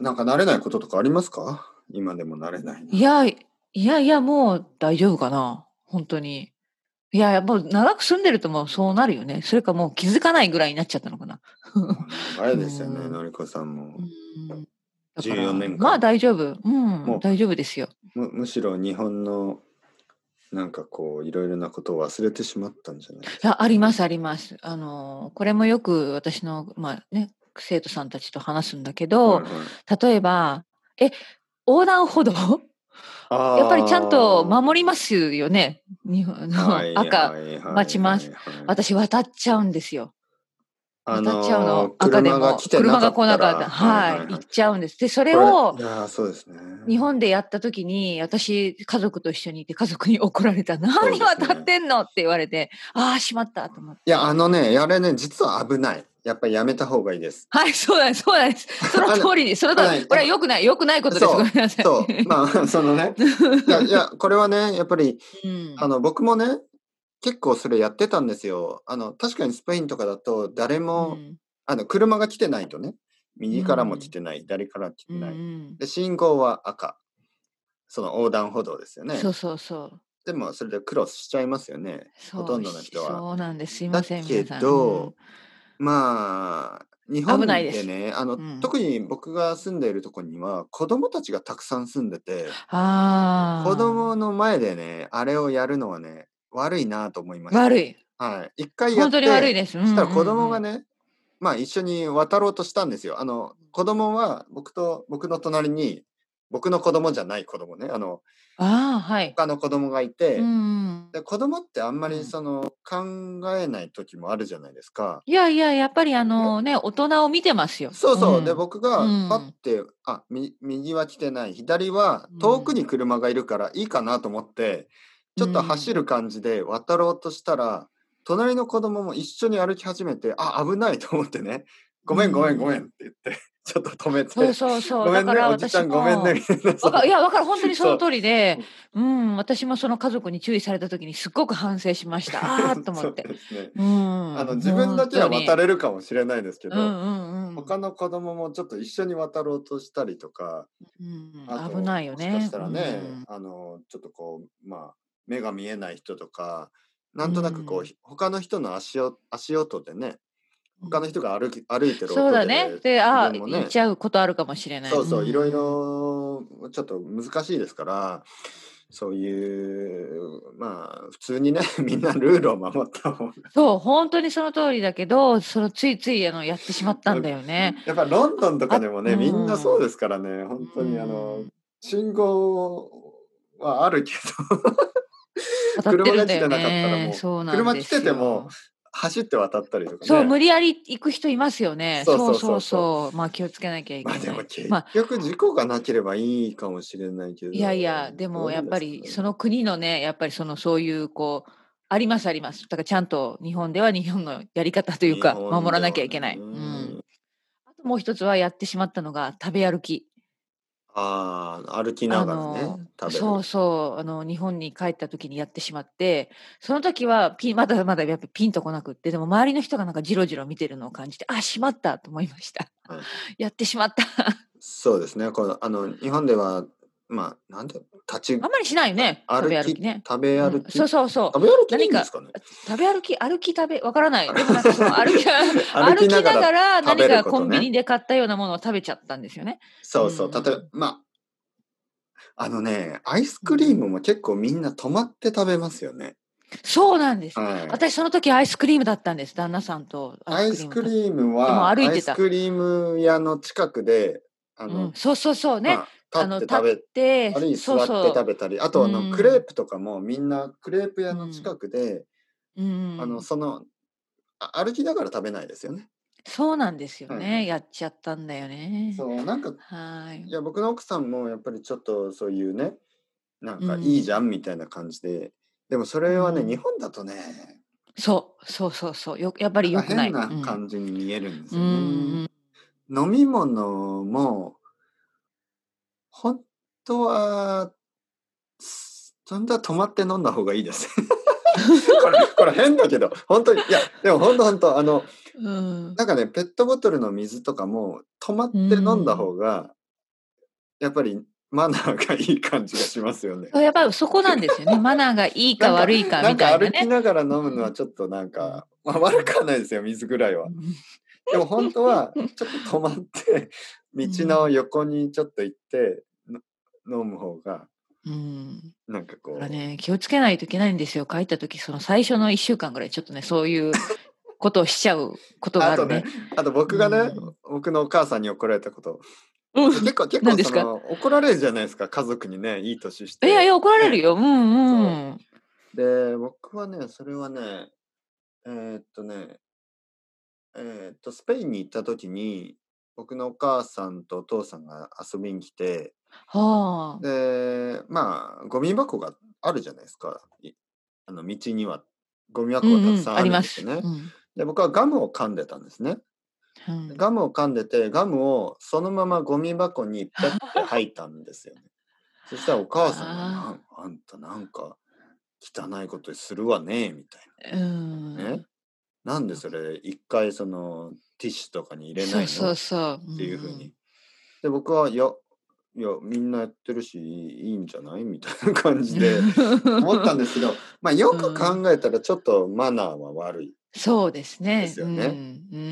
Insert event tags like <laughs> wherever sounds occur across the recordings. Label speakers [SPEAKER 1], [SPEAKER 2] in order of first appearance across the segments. [SPEAKER 1] なんか慣れないこととかありますか今でも慣れない。
[SPEAKER 2] いや、いやいや、もう大丈夫かな。本当に。いや、もう長く住んでるともうそうなるよね。それかもう気づかないぐらいになっちゃったのかな。
[SPEAKER 1] あれですよね、
[SPEAKER 2] うん
[SPEAKER 1] のりこさんも
[SPEAKER 2] う。んだから
[SPEAKER 1] 14年間
[SPEAKER 2] まあ大丈夫。う、
[SPEAKER 1] もうん
[SPEAKER 2] 大丈夫ですよ。
[SPEAKER 1] むむしろ日本のなんかこういろいろなことを忘れてしまったんじゃないです
[SPEAKER 2] い
[SPEAKER 1] か
[SPEAKER 2] や、あります、あります。あの、これもよく私の、まあね、生徒さんたちと話すんだけど、
[SPEAKER 1] はいはい
[SPEAKER 2] 例えば、え、横断歩道
[SPEAKER 1] あー
[SPEAKER 2] やっぱりちゃんと守りますよね。日本の
[SPEAKER 1] はいはい
[SPEAKER 2] 赤。
[SPEAKER 1] はいはい
[SPEAKER 2] 待ちます私渡っちゃうんですよ。
[SPEAKER 1] あ
[SPEAKER 2] 渡っちゃうの。
[SPEAKER 1] ー
[SPEAKER 2] 赤でも
[SPEAKER 1] 来てな
[SPEAKER 2] 車が来な
[SPEAKER 1] ら
[SPEAKER 2] かった。はい、行っちゃうんです。で、それ
[SPEAKER 1] こ
[SPEAKER 2] を
[SPEAKER 1] れいやーそうですね
[SPEAKER 2] 日本でやった時に、私、家族と一緒にいて家族に怒られた。
[SPEAKER 1] うで
[SPEAKER 2] 何
[SPEAKER 1] すね
[SPEAKER 2] 渡ってんのって言われて、ああ、しまったと思って。
[SPEAKER 1] いやあのねあれね実は危ないやっぱりやめた方がいいです
[SPEAKER 2] はい、そうなんです、そうなんです。その通りに、その通
[SPEAKER 1] は
[SPEAKER 2] り、
[SPEAKER 1] い
[SPEAKER 2] これは良くない、良くないことです。
[SPEAKER 1] そう
[SPEAKER 2] ごめんなさい。
[SPEAKER 1] そう
[SPEAKER 2] <laughs>
[SPEAKER 1] まあそのねいやいやこれはねやっぱり
[SPEAKER 2] うん
[SPEAKER 1] あの僕もね結構それやってたんですよあの確かにスペインとかだと誰も、
[SPEAKER 2] うん
[SPEAKER 1] あの車が来てないとね右からも来てない、左から来て
[SPEAKER 2] うん
[SPEAKER 1] ない、
[SPEAKER 2] うん
[SPEAKER 1] で信号は赤その横断歩道ですよね
[SPEAKER 2] そうそうそう。
[SPEAKER 1] でもそれでクロスしちゃいますよね
[SPEAKER 2] そう
[SPEAKER 1] ほとんどの人は
[SPEAKER 2] そうなんです。すいません、
[SPEAKER 1] だけ
[SPEAKER 2] 皆さん。
[SPEAKER 1] どまあ日本
[SPEAKER 2] 危
[SPEAKER 1] で
[SPEAKER 2] ない
[SPEAKER 1] ね
[SPEAKER 2] です
[SPEAKER 1] あの、
[SPEAKER 2] うん
[SPEAKER 1] 特に僕が住んでいるとこには子供たちがたくさん住んでて
[SPEAKER 2] うんああ。
[SPEAKER 1] 子供の前でねあれをやるのはね悪いなと思いました
[SPEAKER 2] 悪い。
[SPEAKER 1] はい一回やっ
[SPEAKER 2] 本
[SPEAKER 1] て
[SPEAKER 2] 当に悪いです。
[SPEAKER 1] そしたら子供が
[SPEAKER 2] ね、
[SPEAKER 1] ね、まあ一緒に渡ろうとしたんですよ。あの子供は僕と僕の隣に僕の子供じゃない子供ね、あの
[SPEAKER 2] ああ、はい。
[SPEAKER 1] 他の子供がいて、
[SPEAKER 2] うん
[SPEAKER 1] で子供ってあんま
[SPEAKER 2] う
[SPEAKER 1] り
[SPEAKER 2] ん
[SPEAKER 1] その考えない時もあるじゃないですか。
[SPEAKER 2] いやいや、やっぱりあのね、大人を見てますよ。
[SPEAKER 1] そうそう、
[SPEAKER 2] ん
[SPEAKER 1] で僕が
[SPEAKER 2] うん
[SPEAKER 1] パッて、あみ右は来てない左は遠くに車がいるからいいかなと思って、ちょっと走る感じで渡ろうとしたら隣の子供も一緒に歩き始めてあ危ないと思ってね「ごめんごめんごめん」って言って <laughs> ちょっと止めて「
[SPEAKER 2] そうそうそう。
[SPEAKER 1] ごめん
[SPEAKER 2] だか
[SPEAKER 1] ね
[SPEAKER 2] ら
[SPEAKER 1] おじち
[SPEAKER 2] 私
[SPEAKER 1] ゃんごめんね」
[SPEAKER 2] も
[SPEAKER 1] み。たいな
[SPEAKER 2] わかい
[SPEAKER 1] そう
[SPEAKER 2] や、わかる。本当にその通りで、うん、私もその家族に注意された時にすっごく反省しました。
[SPEAKER 1] <laughs>
[SPEAKER 2] ああ、と思って
[SPEAKER 1] そ。うですね
[SPEAKER 2] うん。
[SPEAKER 1] あの自分だけは渡
[SPEAKER 2] る
[SPEAKER 1] れるかもしれないですけ
[SPEAKER 2] け
[SPEAKER 1] ど、
[SPEAKER 2] うんうんうん。
[SPEAKER 1] 他の子供もちょっと一緒に渡ろうとしたりとか、
[SPEAKER 2] うん
[SPEAKER 1] あと
[SPEAKER 2] 危ないよね。
[SPEAKER 1] もしかしたらね、
[SPEAKER 2] うん
[SPEAKER 1] あのちょっとこうまあ目が見えない人とかなんとなくこう、
[SPEAKER 2] うん
[SPEAKER 1] ひ他の人の足音足音でね他の人が歩き歩いてる音で
[SPEAKER 2] そうだね。で、ああ、
[SPEAKER 1] 自分も
[SPEAKER 2] 行っちゃうことあるかもしれない。
[SPEAKER 1] そうそう、
[SPEAKER 2] ん
[SPEAKER 1] いろい。ろちょっと難しいですからそういうまあ普通にね <laughs> みんなルールを守った方が
[SPEAKER 2] そう、本当にその通りだけど、そのついついあのやってしまったんだよね。
[SPEAKER 1] やっぱロンドンとかでも
[SPEAKER 2] あ
[SPEAKER 1] ね
[SPEAKER 2] うん
[SPEAKER 1] みんなそうですからね本当にあの
[SPEAKER 2] うん
[SPEAKER 1] 信号はあるけど <laughs>
[SPEAKER 2] 渡ってるんだ
[SPEAKER 1] 車が来てな
[SPEAKER 2] よ
[SPEAKER 1] かったらも
[SPEAKER 2] ね。
[SPEAKER 1] う
[SPEAKER 2] そうなんですよ
[SPEAKER 1] 車来てても走って渡ったりとかね。
[SPEAKER 2] そう、無理やり行く人いますよね。
[SPEAKER 1] そ
[SPEAKER 2] そうう
[SPEAKER 1] そ
[SPEAKER 2] そうう
[SPEAKER 1] そう
[SPEAKER 2] そ
[SPEAKER 1] そ
[SPEAKER 2] う
[SPEAKER 1] う
[SPEAKER 2] まあ気をつけなきゃいけ
[SPEAKER 1] ま
[SPEAKER 2] な
[SPEAKER 1] あ
[SPEAKER 2] い。
[SPEAKER 1] でも結
[SPEAKER 2] まあ
[SPEAKER 1] 局事故がなければいいかもしれないけど。
[SPEAKER 2] いやいや、でもやっぱりそ
[SPEAKER 1] の。
[SPEAKER 2] の国のね、やっぱりそのそういうこう、ありますあります。だからちゃんと日本では日本のやり方というか、
[SPEAKER 1] 日本では
[SPEAKER 2] 守らなきゃいけない。
[SPEAKER 1] ね
[SPEAKER 2] うん。あともう一つはやってしまったのが食べ歩き。
[SPEAKER 1] ああ、歩きながらね、
[SPEAKER 2] あの
[SPEAKER 1] 食べる。
[SPEAKER 2] そうそうあの日本に帰った時にやってしまってその時はピンまだまだやっぱピンとこなくってでも周りの人がなんかジロジロ見てるのを感じてあしまったと思いました、
[SPEAKER 1] はい
[SPEAKER 2] <laughs> やってしまった
[SPEAKER 1] そうですね。このあの日本ではまあなんていうの立ち
[SPEAKER 2] あんまりしないよね
[SPEAKER 1] 歩
[SPEAKER 2] 食べ
[SPEAKER 1] き
[SPEAKER 2] 歩きね、
[SPEAKER 1] 食べ
[SPEAKER 2] う
[SPEAKER 1] 歩
[SPEAKER 2] ん、
[SPEAKER 1] き、
[SPEAKER 2] そうそうそう
[SPEAKER 1] 食べ歩きでいいんですかね。
[SPEAKER 2] 食べ歩き歩き食べわからないでもなん
[SPEAKER 1] <laughs>
[SPEAKER 2] かその歩き歩きながら
[SPEAKER 1] 食べる
[SPEAKER 2] 何か
[SPEAKER 1] こと
[SPEAKER 2] コ
[SPEAKER 1] ね
[SPEAKER 2] ンビニで買ったようなものを食べちゃったんですよね
[SPEAKER 1] そうそう。
[SPEAKER 2] うん
[SPEAKER 1] 例えばまあ。あのね、アイスクリームも結構みんな止まって食べますよね。
[SPEAKER 2] そうなんです、
[SPEAKER 1] はい、
[SPEAKER 2] 私その時アイスクリームだったんです旦那さんと
[SPEAKER 1] アイスク
[SPEAKER 2] ーム
[SPEAKER 1] リームは
[SPEAKER 2] でも歩いて
[SPEAKER 1] ア
[SPEAKER 2] た
[SPEAKER 1] イスクリーム屋の近くであ
[SPEAKER 2] う
[SPEAKER 1] の
[SPEAKER 2] ん、、そうそうそうね、
[SPEAKER 1] まあ、
[SPEAKER 2] あの
[SPEAKER 1] 立って
[SPEAKER 2] 立
[SPEAKER 1] 食べ
[SPEAKER 2] って
[SPEAKER 1] あるいは座
[SPEAKER 2] そう
[SPEAKER 1] って
[SPEAKER 2] そう
[SPEAKER 1] 食べたりあとあの、
[SPEAKER 2] うん
[SPEAKER 1] クレープとかもみんなクレープ屋の近くで、
[SPEAKER 2] うん、
[SPEAKER 1] あのそのあ歩きながら食べないですよね。
[SPEAKER 2] そうなんですよね、
[SPEAKER 1] はい
[SPEAKER 2] やっちゃったんだよね。
[SPEAKER 1] そうなんか
[SPEAKER 2] はー
[SPEAKER 1] い
[SPEAKER 2] い。
[SPEAKER 1] や僕の奥さんもやっぱりちょっとそういうねなんか
[SPEAKER 2] うん
[SPEAKER 1] いいじゃんみたいな感じで、でもそれはね、
[SPEAKER 2] うん
[SPEAKER 1] 日本だとね
[SPEAKER 2] そうそうそうそうよやっぱり良くない。
[SPEAKER 1] 変な
[SPEAKER 2] うん
[SPEAKER 1] 感じに見えるんです
[SPEAKER 2] う
[SPEAKER 1] よね。
[SPEAKER 2] ん
[SPEAKER 1] 飲み物も本当はす本当は止まって飲んだ方がいいです。 <laughs> これこれ変だけど本当にいやでも本当本当あの
[SPEAKER 2] うん。
[SPEAKER 1] なんかねペットボトルの水とかも止まって飲んだ方がやっぱりマナーがいい感じがしますよね。
[SPEAKER 2] やっぱりそこなんです
[SPEAKER 1] <laughs>
[SPEAKER 2] よね。マナーがいいか悪いか
[SPEAKER 1] なん
[SPEAKER 2] みた
[SPEAKER 1] か
[SPEAKER 2] いな
[SPEAKER 1] 歩き
[SPEAKER 2] ね。
[SPEAKER 1] ながら飲むのはちょっとなんか、まあ、悪くはないですよ水ぐらいは。でも本当
[SPEAKER 2] <laughs>
[SPEAKER 1] はちょっと止まって道の横にちょっと行っての飲む方が
[SPEAKER 2] うん。
[SPEAKER 1] なんかこ
[SPEAKER 2] だから
[SPEAKER 1] う、
[SPEAKER 2] ね、気をつけないといけないんですよ。帰った時、その最初の1週間ぐらい、ちょっとね、そういうことをしちゃうことがあ
[SPEAKER 1] あ
[SPEAKER 2] る
[SPEAKER 1] と
[SPEAKER 2] ね
[SPEAKER 1] ね。あと僕がね、
[SPEAKER 2] うん
[SPEAKER 1] 僕のお母さんに怒られたこと
[SPEAKER 2] うん
[SPEAKER 1] 結構結
[SPEAKER 2] 何
[SPEAKER 1] 構
[SPEAKER 2] です
[SPEAKER 1] そ
[SPEAKER 2] か
[SPEAKER 1] の怒られるじゃないですか家族にねいい年して
[SPEAKER 2] いやいや、怒られるよ。うんうん。
[SPEAKER 1] で僕はねそれはねえーっとねえーっとスペインに行った時に僕のお母さんとお父さんが遊びに来て
[SPEAKER 2] はあ。
[SPEAKER 1] でまあゴミ箱があるじゃないですかいあの道にはゴミ箱がたくさんあ
[SPEAKER 2] あ
[SPEAKER 1] る
[SPEAKER 2] り
[SPEAKER 1] んで
[SPEAKER 2] ますす。
[SPEAKER 1] よね、
[SPEAKER 2] うん
[SPEAKER 1] で僕はガムを噛んでたんですね
[SPEAKER 2] うん
[SPEAKER 1] ガムを噛んでてガムをそのままゴミ箱にペッて入ったんですよねそしたらお母さんがなん「あんたなんか汚いことするわね」みたいな。
[SPEAKER 2] うん
[SPEAKER 1] ね、なんでそれ一回そのティッシュとかに入れない
[SPEAKER 2] そ
[SPEAKER 1] の
[SPEAKER 2] うそうそう。
[SPEAKER 1] っていうふうに。で僕はいやいやみんなやってるしいいんじゃないみたいな感じで
[SPEAKER 2] うん。
[SPEAKER 1] 思ったんですけ
[SPEAKER 2] <laughs>
[SPEAKER 1] どまあよく考えたらちょっとマナーは悪い。
[SPEAKER 2] <laughs> そうですね。
[SPEAKER 1] ですよね
[SPEAKER 2] うん
[SPEAKER 1] う
[SPEAKER 2] うん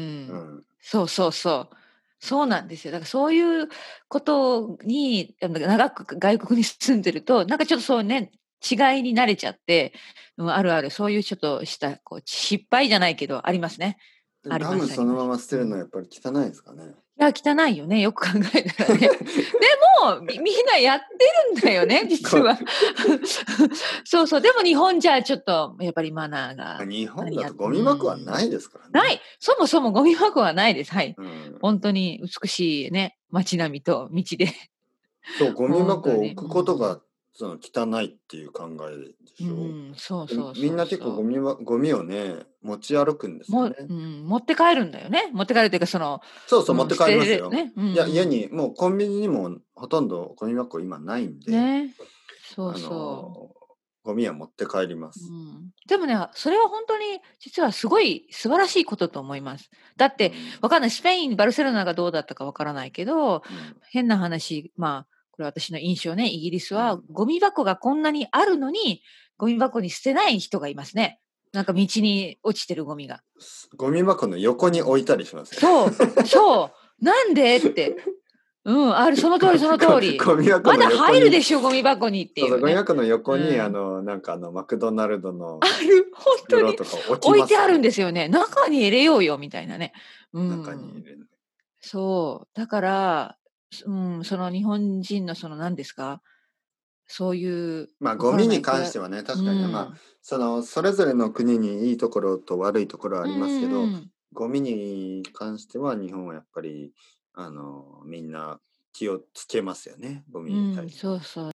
[SPEAKER 1] ん
[SPEAKER 2] そうそうそう。そうなんですよ。だからそういうことに、あの長く外国に住んでると、なんかちょっとそうね、違いに慣れちゃって、うん、あるある、そういうちょっとしたこう失敗じゃないけど、ありますね。
[SPEAKER 1] で
[SPEAKER 2] あり
[SPEAKER 1] ガ
[SPEAKER 2] ます
[SPEAKER 1] ムそのまま捨てるのはやっぱり汚いですかね。
[SPEAKER 2] いや、汚いよね。よく考えた
[SPEAKER 1] <laughs>
[SPEAKER 2] らね。でも、みみんなやってるんだ
[SPEAKER 1] <laughs>
[SPEAKER 2] よね、実は。 <laughs> そうそう。でも日本じゃちょっと、やっぱりマナーが
[SPEAKER 1] まあ。日本だとゴミ箱はないですからね。
[SPEAKER 2] ないそもそもゴミ箱はないです。はい。
[SPEAKER 1] うん、
[SPEAKER 2] 本当に美しいね、街並みと道で。
[SPEAKER 1] そうゴミ箱を置
[SPEAKER 2] 本
[SPEAKER 1] く
[SPEAKER 2] 当に
[SPEAKER 1] ことがその汚いっていう考えで
[SPEAKER 2] う
[SPEAKER 1] しょ。
[SPEAKER 2] ん、そう
[SPEAKER 1] で
[SPEAKER 2] そうそうそう
[SPEAKER 1] みんな結構ゴミはゴミをね持ち歩くんです
[SPEAKER 2] も
[SPEAKER 1] よ
[SPEAKER 2] う
[SPEAKER 1] ね。
[SPEAKER 2] うん、持って帰るんだよね。持って帰るというか、その、
[SPEAKER 1] そうそう持
[SPEAKER 2] ん
[SPEAKER 1] って帰ります
[SPEAKER 2] 捨
[SPEAKER 1] よ。
[SPEAKER 2] てれるね、うん
[SPEAKER 1] いや家。にもうコンビニにもほとんどゴミ箱今ないんで、
[SPEAKER 2] ね。そう
[SPEAKER 1] あ
[SPEAKER 2] そ
[SPEAKER 1] のゴミは持って帰りま
[SPEAKER 2] う。
[SPEAKER 1] す。
[SPEAKER 2] うん、でもね、それは本当に、実はすごい素晴らしいことと思います。だっ
[SPEAKER 1] う
[SPEAKER 2] て
[SPEAKER 1] ん、
[SPEAKER 2] わかんない。スペイン、バルセロナがどうだったかわからないけど、変な話、まあ、これ私の印象ね、イギリスは
[SPEAKER 1] うん
[SPEAKER 2] ゴミ箱がこんなにあるのに、ゴミ箱に捨てない人がいますね。なんか道に落ちてるゴミが。
[SPEAKER 1] ゴミ箱の横に置いたりしますよ。
[SPEAKER 2] そう、そう、なんでって。うん、ある、そ
[SPEAKER 1] <laughs>
[SPEAKER 2] の通り、その通り。
[SPEAKER 1] ゴミ箱
[SPEAKER 2] ま
[SPEAKER 1] の
[SPEAKER 2] だ
[SPEAKER 1] 横に
[SPEAKER 2] 入るでしょ、ゴミ箱にってい
[SPEAKER 1] そうそう
[SPEAKER 2] う、
[SPEAKER 1] ゴミ
[SPEAKER 2] ね。
[SPEAKER 1] 箱の横に、
[SPEAKER 2] うん
[SPEAKER 1] あのなんかあのマクドナルドの
[SPEAKER 2] ある、本当
[SPEAKER 1] 袋
[SPEAKER 2] に。
[SPEAKER 1] とか置きます、
[SPEAKER 2] 置いてあるんですよね。中に入れようよ、みたいなね。うん。
[SPEAKER 1] 中に入れる。
[SPEAKER 2] そう。だから、うん、その日本人のその何ですかそういう。
[SPEAKER 1] まあゴミに関しててはね確かに、まあ
[SPEAKER 2] あ
[SPEAKER 1] そのそれぞれの国にいいところと悪いところはありますけど、
[SPEAKER 2] うん
[SPEAKER 1] ゴミに関しては日本はやっぱりあのみんな気をつけますよねゴミ
[SPEAKER 2] うん
[SPEAKER 1] に
[SPEAKER 2] う
[SPEAKER 1] 対
[SPEAKER 2] ん
[SPEAKER 1] して。
[SPEAKER 2] そうそう。